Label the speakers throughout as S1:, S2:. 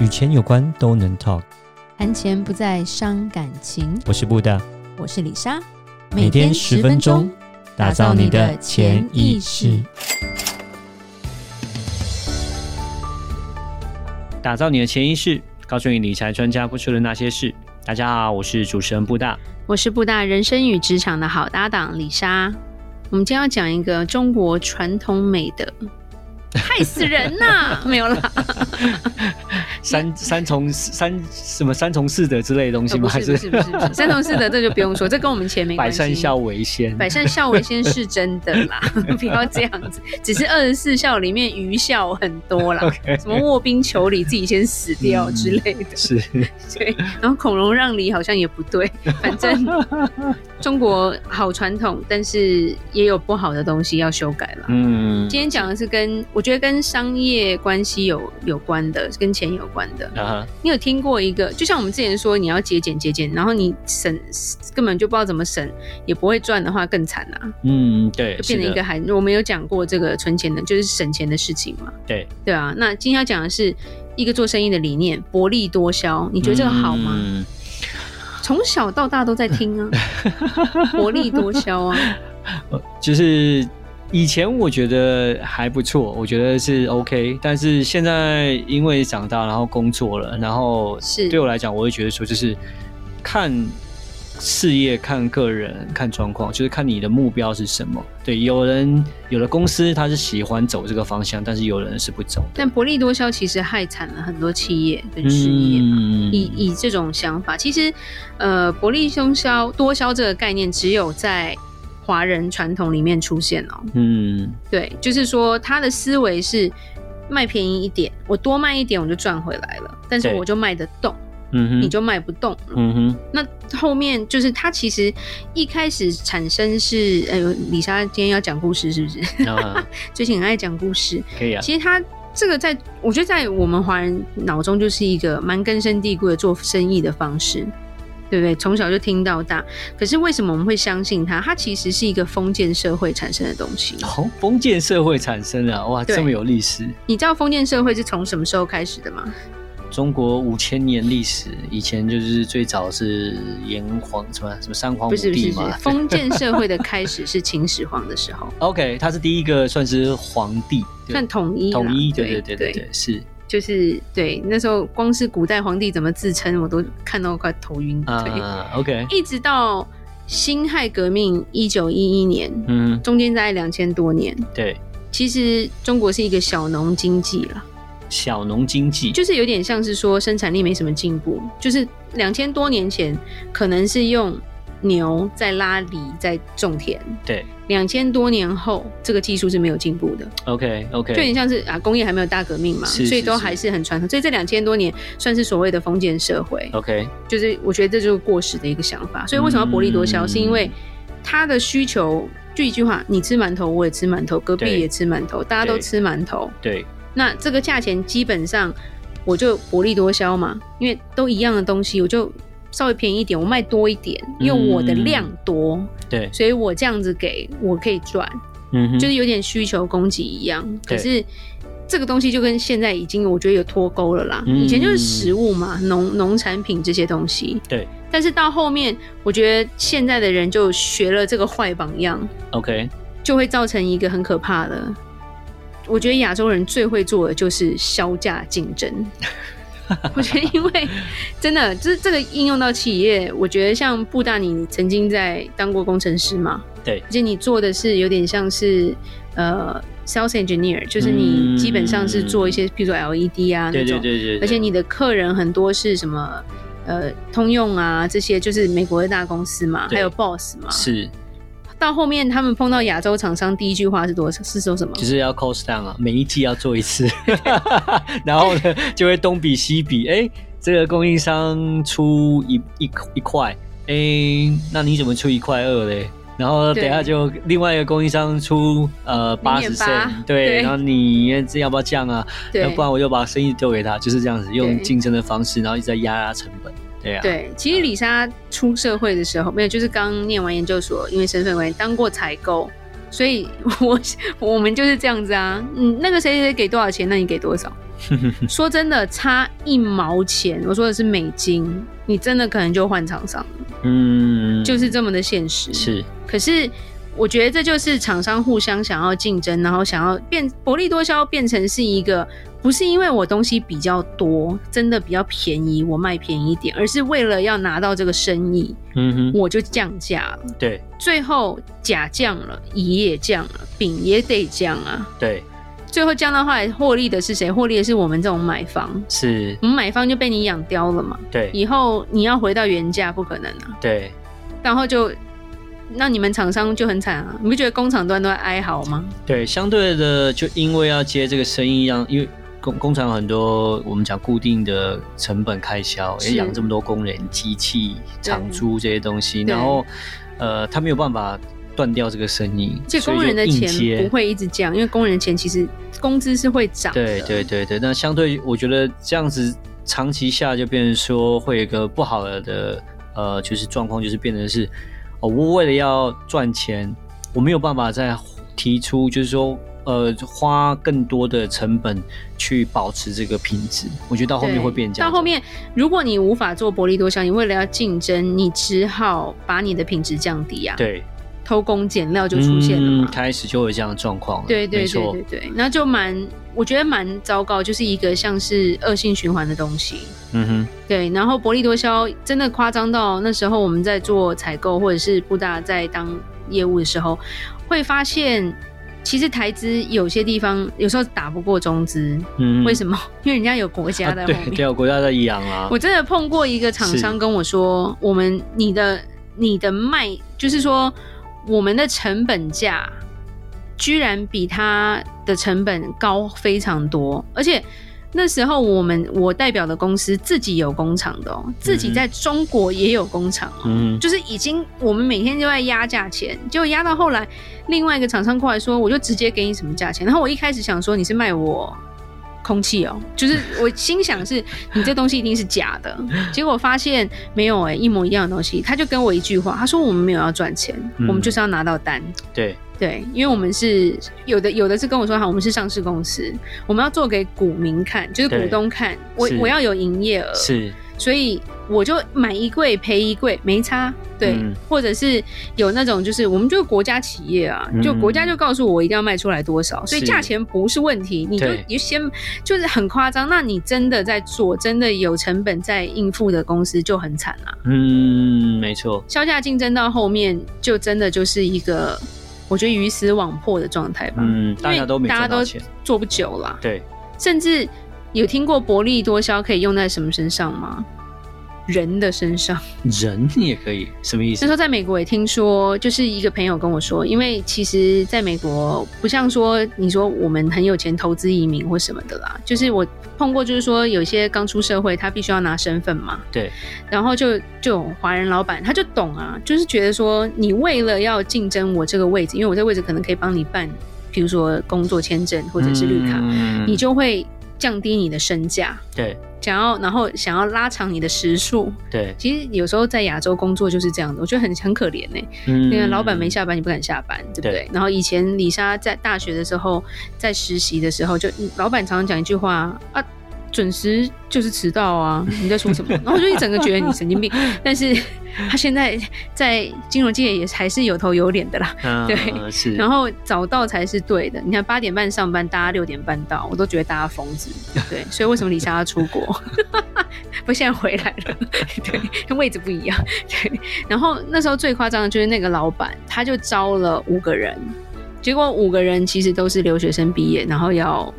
S1: 与钱有关都能 talk。
S2: 谈钱不再伤感情。
S1: 我是布大，
S2: 我是李莎，
S1: 每天十分钟，打造你的潜意识，打造你的潜意识，告诉你理财专家不说的那些事。大家好，我是主持人布大。
S2: 我是布大人生与职场的好搭档李莎。我们今天要讲一个中国传统美德，害死人呐、 没有啦，
S1: 三三从三什么三从四德之类的东西
S2: 呃
S1: 吗？
S2: 不
S1: 还
S2: 是不是不是不是，三从四德这就不用说，这跟我们钱没关
S1: 百
S2: 系。
S1: 善孝为先？
S2: 百善孝为先是真的 啦，不要这样子。只是二十四孝里面愚孝很多啦
S1: OK
S2: 什么卧冰求鲤自己先死掉之类的。
S1: 是
S2: 对，然后孔融让梨好像也不对，反正中国好传统，但是也有不好的东西要修改了。
S1: 嗯
S2: 今天讲的是跟我觉得跟商业关系有有关的，跟钱有关的。
S1: 啊哈
S2: 你有听过一个？就像我们之前说，你要节俭节俭，然后你省根本就不知道怎么省，也不会赚的话更惨啊，
S1: 嗯对，
S2: 就变成
S1: 是
S2: 一个
S1: 的
S2: 还我们有讲过这个存钱的，就是省钱的事情嘛。
S1: 对
S2: 对啊，那今天要讲的是一个做生意的理念，薄利多销。你觉得这个好吗？
S1: 嗯
S2: 从小到大都在 听啊，薄利多销啊，
S1: 呃就是以前我觉得还不错，我觉得是 OK，但是现在因为长大，然后工作了，然后
S2: 是
S1: 对我来讲，我会觉得说就是看。事业看个人看状况，就是看你的目标是什么。对，有人有的公司他是喜欢走这个方向，但是有人是不走的。
S2: 但薄利多销其实害惨了很多企业跟事业
S1: 嗯
S2: 嘛。以以这种想法，其实，呃，薄利多销多销这个概念只有在华人传统里面出现哦、
S1: 嗯，
S2: 对，就是说他的思维是卖便宜一点，我多卖一点我就赚回来了，但是
S1: 对
S2: 我就卖得动，
S1: 嗯哼，
S2: 你就卖不动了。
S1: 嗯哼，
S2: 那后面就是他其实一开始产生是，哎呦，李莎今天要讲故事是不是？
S1: 啊，
S2: 最近很爱讲故事。
S1: 可以啊，
S2: 其实他这个在，我觉得在我们华人脑中就是一个蛮根深蒂固的做生意的方式，对不对？从小就听到大。可是为什么我们会相信它？它其实是一个封建社会产生的东西。
S1: 哦，封建社会产生了，哇，
S2: 对
S1: 这么有历史。
S2: 你知道封建社会是从什么时候开始的吗？
S1: 中国五千年历史，以前就是最早是炎黄什么什么三皇五
S2: 不是不是
S1: 帝
S2: 不
S1: 嘛
S2: 是，封建社会的开始是秦始皇的时候，
S1: OK，他是第一个算是皇帝， 对
S2: 算统一啦
S1: 统一，对
S2: 对
S1: 对对对对，是
S2: 就是对，那时候光是古代皇帝怎么自称，我都看到快头晕。对，
S1: 啊，OK，
S2: 一直到辛亥革命一九一一年，
S1: 嗯，
S2: 中间在两千多年，
S1: 对，
S2: 其实中国是一个小农经济了，
S1: 小农经济，
S2: 就是有点像是说生产力没什么进步，就是两千多年前可能是用牛在拉犁在种田，
S1: 对
S2: 两千多年后这个技术是没有进步的，
S1: ，OK
S2: 就有点
S1: OK，
S2: 像是啊工业还没有大革命嘛，
S1: 是
S2: 所以
S1: 是
S2: 都
S1: 是
S2: 还是很传统，所以这两千多年算是所谓的封建社会。
S1: OK，
S2: 就是我觉得这就是过时的一个想法。所以为什么要薄利多销？
S1: 嗯
S2: 是因为它的需求，就一句话，你吃馒头，我也吃馒头，隔壁
S1: 对
S2: 也吃馒头，大家都吃馒头，
S1: 对，
S2: 那这个价钱基本上我就薄利多销嘛，因为都一样的东西，我就。稍微便宜一点，我卖多一点，因为我的
S1: 嗯
S2: 量多，
S1: 对，
S2: 所以我这样子给我可以赚，
S1: 嗯哼，
S2: 就是是有点需求供给一样。可
S1: 对
S2: 是这个东西就跟现在已经我觉得有脱钩了啦。
S1: 嗯
S2: 以前就是食物嘛，农农产品这些东西，
S1: 对
S2: 但是到后面，我觉得现在的人就学了这个坏榜样，
S1: OK，
S2: 就会造成一个很可怕的。我觉得亚洲人最会做的就是销价竞争。我觉得，因为真的，这这个应用到企业，我觉得像布大，你曾经在当过工程师嘛？
S1: 对
S2: 而且你做的是有点像是呃 sales engineer，就是你基本上是做一些，譬如说 LED 啊那
S1: 对对
S2: 种，
S1: 对对，对
S2: 而且你的客人很多是什么？呃，通用啊，这些就是美国的大公司嘛，
S1: 对
S2: 还有 Boss 嘛。
S1: 是
S2: 到后面他们碰到亚洲厂商，第一句话是多少？是说什么？
S1: 就是要 cost down 啊，每一季要做一次， 然后呢就会东比西比，哎、这个供应商出一一一块，哎、那你怎么出一块二嘞？然后
S2: 对
S1: 等一下就另外一个供应商出呃八十
S2: 0.8
S1: cent，
S2: 对
S1: 对，然后你这要不要降啊？要
S2: 对
S1: 不然我就把生意丢给他，就是这样子，用竞争的方式，然后一直在压压成本，对啊，
S2: 对，其实李莎出社会的时候，没有，就是刚念完研究所，因为身份关系当过采购， 所以我我们就是这样子啊。嗯，那个谁谁谁给多少钱，那你给多少？说真的，差一毛钱，我说的是美金，你真的可能就换厂商了，
S1: 嗯，
S2: 就是这么的现实。
S1: 是
S2: 可是我觉得这就是厂商互相想要竞争，然后想要变薄利多销，变成是一个不是因为我东西比较多，真的比较便宜，我卖便宜一点，而是为了要拿到这个生意，
S1: 嗯哼，
S2: 我就降价了。
S1: 对
S2: 最后甲降了，乙也降了，丙也得降啊。
S1: 对
S2: 最后降到后来获利的是谁？获利的是我们这种买方，
S1: 是，
S2: 我们买方就被你养刁了嘛。
S1: 对
S2: 以后你要回到原价不可能啊。
S1: 对，
S2: 然后就那你们厂商就很惨啊！你不觉得工厂端都在哀嚎吗？
S1: 对，相对的，就因为要接这个生意，让因为工工厂有很多我们讲固定的成本开销，也
S2: 是
S1: 养这么多工人、机器、
S2: 对
S1: 厂租这些东西，
S2: 对
S1: 然后呃，他没有办法断掉这个生意，
S2: 这
S1: 所以
S2: 工人的
S1: 就硬
S2: 钱
S1: 接
S2: 不会一直降，因为工人的钱其实工资是会涨的。
S1: 对对对对，那相对我觉得这样子长期下就变成说会有一个不好的呃，就是状况，就是变成是，哦，我为了要赚钱，我没有办法再提出，就是说呃，花更多的成本去保持这个品质。我觉得到后面
S2: 对
S1: 会变这样
S2: 到
S1: 子。
S2: 后面，如果你无法做薄利多销，你为了要竞争，你只好把你的品质降低啊，
S1: 对
S2: 偷工减料就出现了
S1: 嗯，
S2: 嘛。
S1: 开始就有这样的状况了。
S2: 对
S1: 没
S2: 对对
S1: 错
S2: 对对，那就蛮，我觉得蛮糟糕，就是一个像是恶性循环的东西。
S1: 嗯哼，
S2: 对，然后薄利多销真的夸张到那时候我们在做采购或者是布大在当业务的时候，会发现其实台资有些地方有时候打不过中资，
S1: 嗯哼，
S2: 为什么？ 因为人家有国家
S1: 啊
S2: 在后
S1: 对
S2: 面。
S1: 对，有国家在养啊，
S2: 我真的碰过一个厂商
S1: 是
S2: 跟我说，我们你的你的卖，就是说我们的成本价居然比他的成本高非常多，而且那时候我们我代表的公司自己有工厂的哦、自己在中国也有工厂哦、
S1: 嗯
S2: 就是已经我们每天就在压价钱，结果压到后来，另外一个厂商过来说，我就直接给你什么价钱。然后我一开始想说你是卖我空气哦、就是我心想是你这东西一定是假 的，结果发现没有哎、一模一样的东西。他就跟我一句话，他说我们没有要赚钱，
S1: 嗯
S2: 我们就是要拿到单。
S1: 哼，对，
S2: 对，因为我们是有的，有的是跟我说好，我们是上市公司，我们要做给股民看，就是股
S1: 对
S2: 东看，我
S1: 是
S2: 我要有营业额，
S1: 是
S2: 所以我就买一柜赔一柜，没差。对，
S1: 嗯
S2: 或者是有那种就是我们就是国家企业啊，
S1: 嗯
S2: 就国家就告诉我一定要卖出来多少，所以
S1: 是
S2: 价钱不是问题，你就
S1: 对
S2: 你就先就是很夸张。那你真的在做，真的有成本在应付的公司就很惨啊。
S1: 嗯，没错。
S2: 销价竞争到后面就真的就是一个，我觉得鱼死网破的状态吧。
S1: 嗯，大
S2: 啊因
S1: 家
S2: 为
S1: 都没
S2: 大家
S1: 赚
S2: 都
S1: 到钱，
S2: 做不久啦，
S1: 对，
S2: 甚至有听过薄利多销可以用在什么身上吗？人的身上。
S1: 人也可以，什么意
S2: 那
S1: 思
S2: 时？候在美国也听说，就是一个朋友跟我说，因为其实在美国不像说你说我们很有钱投资移民或什么的啦，就是我碰过，就是说有些刚出社会他必须要拿身份嘛，
S1: 对，
S2: 然后就就有华人老板他就懂啊，就是觉得说你为了要竞争我这个位置，因为我这个位置可能可以帮你办，比如说工作签证或者是绿卡，
S1: 嗯
S2: 你就会降低你的身价，
S1: 对
S2: 想要然后想要拉长你的时数。
S1: 对，
S2: 其实有时候在亚洲工作就是这样的，我觉得很很可怜呢、欸
S1: 嗯
S2: 那个老板没，下班，你不敢下班，对不对？
S1: 对
S2: 然后以前李莎在大学的时候，在实习的时候，就嗯老板常常讲一句话啊，准时就是迟到啊，你在说什么？ 然后我就一整个觉得你神经病。但是他现在在金融界也还是有头有脸的啦。
S1: 嗯
S2: 对
S1: 是，
S2: 然后早到才是对的，你看八点半上班，大家六点半到，我都觉得大家疯子。对，所以为什么李莎要出国？ 不，现在回来了， 对，位置不一样。对，然后那时候最夸张的就是那个老板，他就招了五个人，结果五个人其实都是留学生毕业，然后要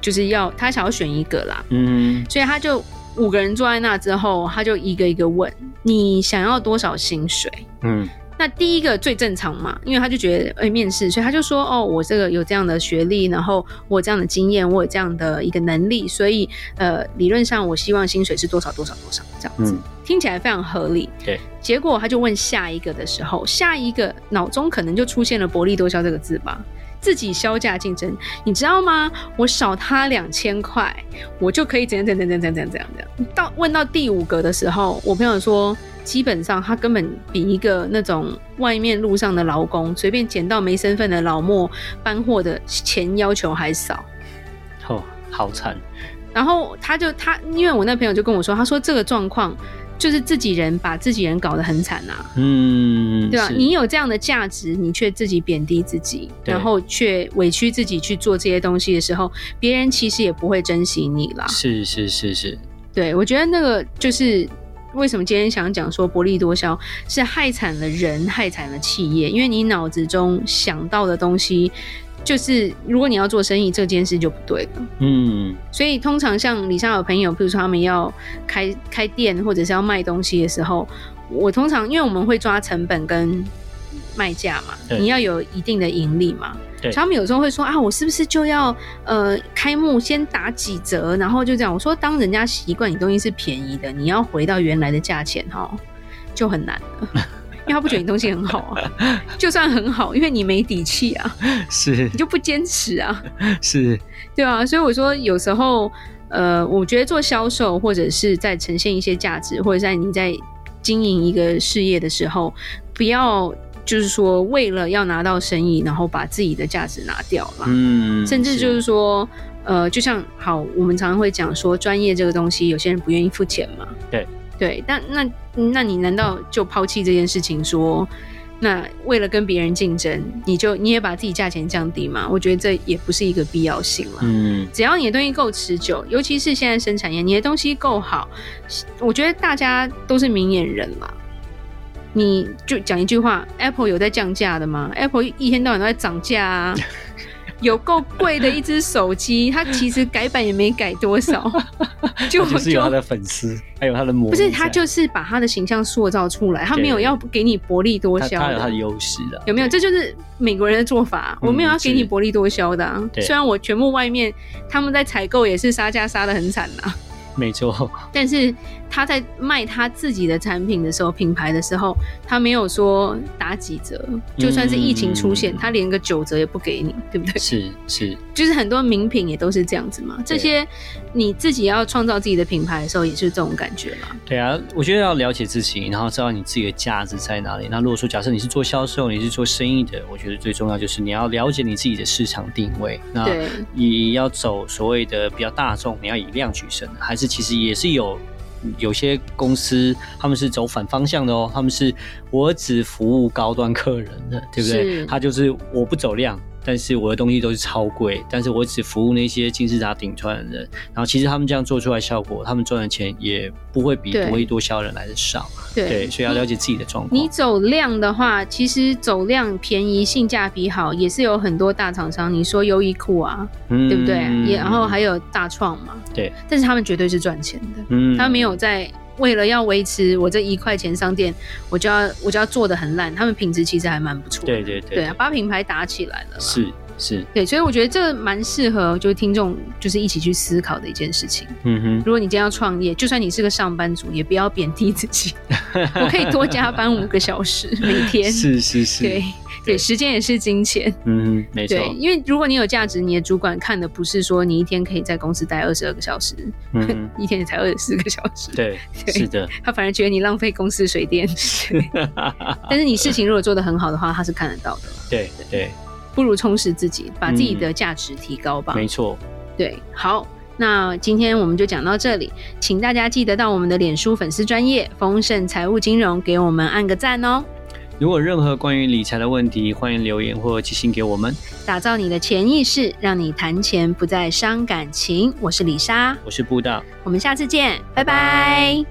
S2: 就是要他想要选一个啦，
S1: 嗯
S2: 所以他就五个人坐在那之后，他就一个一个问你想要多少薪水。
S1: 嗯
S2: 那第一个最正常嘛，因为他就觉得哎、诶面试，所以他就说哦，我这个有这样的学历，然后我有这样的经验，我有这样的一个能力，所以呃，理论上我希望薪水是多少多少多少这样子，
S1: 嗯
S2: 听起来非常合理。
S1: 对，
S2: 结果他就问下一个的时候，下一个脑中可能就出现了“薄利多销”这个字吧。自己销价竞争，你知道吗？我少他两千块，我就可以怎样怎样怎样怎样怎样怎样怎样。到问到第五个的时候，我朋友说，基本上他根本比一个那种外面路上的劳工，随便捡到没身份的老莫搬货的钱要求还少。
S1: 哦，好惨，
S2: 然后他就他，因为我那朋友就跟我说，他说这个状况就是自己人把自己人搞得很惨啊，
S1: 嗯，
S2: 对吧、啊
S1: 是
S2: 你有这样的价值，你却自己贬低自己，
S1: 对
S2: 然后却委屈自己去做这些东西的时候，别人其实也不会珍惜你啦。
S1: 是是是是，
S2: 对，我觉得那个就是为什么今天想讲说薄利多销是害惨了人，害惨了企业，因为你脑子中想到的东西，就是如果你要做生意，这件事就不对了。
S1: 嗯，
S2: 所以通常像李莎有朋友，譬如说他们要开开店或者是要卖东西的时候，我通常因为我们会抓成本跟卖价嘛，
S1: 对
S2: 你要有一定的盈利嘛。
S1: 对
S2: 所以他们有时候会说啊，我是不是就要呃开幕先打几折，然后就这样。我说，当人家习惯你东西是便宜的，你要回到原来的价钱哈，就很难 了，因为他不觉得你东西很好啊。就算很好，因为你没底气啊，
S1: 是
S2: 你就不坚持啊。
S1: 是，
S2: 对啊，所以我说有时候，呃，我觉得做销售或者是在呈现一些价值，或者在你在经营一个事业的时候，不要就是说为了要拿到生意，然后把自己的价值拿掉了，
S1: 嗯，
S2: 甚至就是说。呃，就像好，我们常常会讲说，专业这个东西，有些人不愿意付钱嘛。
S1: 对
S2: 对，但那那你难道就抛弃这件事情说那为了跟别人竞争，你就你也把自己价钱降低嘛？我觉得这也不是一个必要性了。
S1: 嗯，
S2: 只要你的东西够持久，尤其是现在生产业，你的东西够好，我觉得大家都是明眼人嘛。你就讲一句话，Apple 有在降价的吗？Apple 一天到晚都在涨 价啊，有够贵的一只手机，它其实改版也没改 多少，就
S1: 他就是有他的粉丝，还有他的魔
S2: 不
S1: 力在，
S2: 是他就是把他的形象塑造出来，他没有
S1: 对
S2: 要给你薄利多
S1: 他
S2: 销
S1: 他有
S2: 的
S1: 他的优势的，
S2: 有没有？
S1: 对
S2: 这就是美国人的做法。
S1: 嗯
S2: 我没有要给你
S1: 是
S2: 薄利多销的、啊，
S1: 对
S2: 虽然我全部外面他们在采购也是杀价杀的很惨呐、
S1: 没 错，
S2: 但是他在卖他自己的产品的时候，品牌的时候，他没有说打几折，就算是疫情出现，
S1: 嗯
S2: 他连个九折也不给你，对不对？
S1: 是是，
S2: 就是很多名品也都是这样子嘛。这些你自己要创造自己的品牌的时候，也是这种感觉嘛。
S1: 对啊，我觉得要了解自己，然后知道你自己的价值在哪里。那如果说假设你是做销售，你是做生意的，我觉得最重要就是你要了解你自己的市场定位。那
S2: 对，
S1: 你要走所谓的比较大众，你要以量取胜，还是其实也是有有些公司他们是走反方向的哦，他们是我只服务高端客人的，对不
S2: 是
S1: 对？他就是我不走量。但是我的东西都是超贵，但是我只服务那些金字塔顶端的人。然后其实他们这样做出来效果，他们赚的钱也不会比
S2: 对
S1: 多一多销人来的少。
S2: 对，
S1: 对，所以要了解自己的状况。
S2: 你走量的话，其实走量便宜、性价比好，也是有很多大厂商。你说优衣库啊，
S1: 嗯
S2: 对不对？也然后还有大创嘛，
S1: 对，
S2: 但是他们绝对是赚钱的，
S1: 嗯
S2: 他没有在为了要维持我这一块钱商店，我就要我就要做的很烂。他们品质其实还蛮不错的，
S1: 对对对
S2: 对啊，把品牌打起来了，。
S1: 是是
S2: 对，所以我觉得这蛮适合就是听众就是一起去思考的一件事情。
S1: 嗯哼。
S2: 如果你今天要创业，就算你是个上班族，也不要贬低 自己。我可以多加班五个小时每天。
S1: 是是是，
S2: 对对，
S1: 对
S2: 时间也是金钱。
S1: 嗯，没错，
S2: 对，因为如果你有价值，你的主管看的不是说你一天可以在公司待二十二个小时，
S1: 嗯，
S2: 一天也才二十四个小时，
S1: 对，是的，
S2: 他反而觉得你浪费公司水电。 对
S1: 啊
S2: 但是你事情如果做得很好的话，他是看得到的。
S1: 对对，
S2: 不如充实自己，把自己
S1: 嗯
S2: 的价值提高吧。
S1: 没错，
S2: 对，好。那今天我们就讲到这里，请大家记得到我们的脸书粉丝专业丰盛财务金融给我们按个赞哦！
S1: 如果有任何关于理财的问题，欢迎留言或寄信给我们。
S2: 打造你的潜意识，让你谈钱不再伤感情。我是李莎，
S1: 我是布大，
S2: 我们下次见，拜拜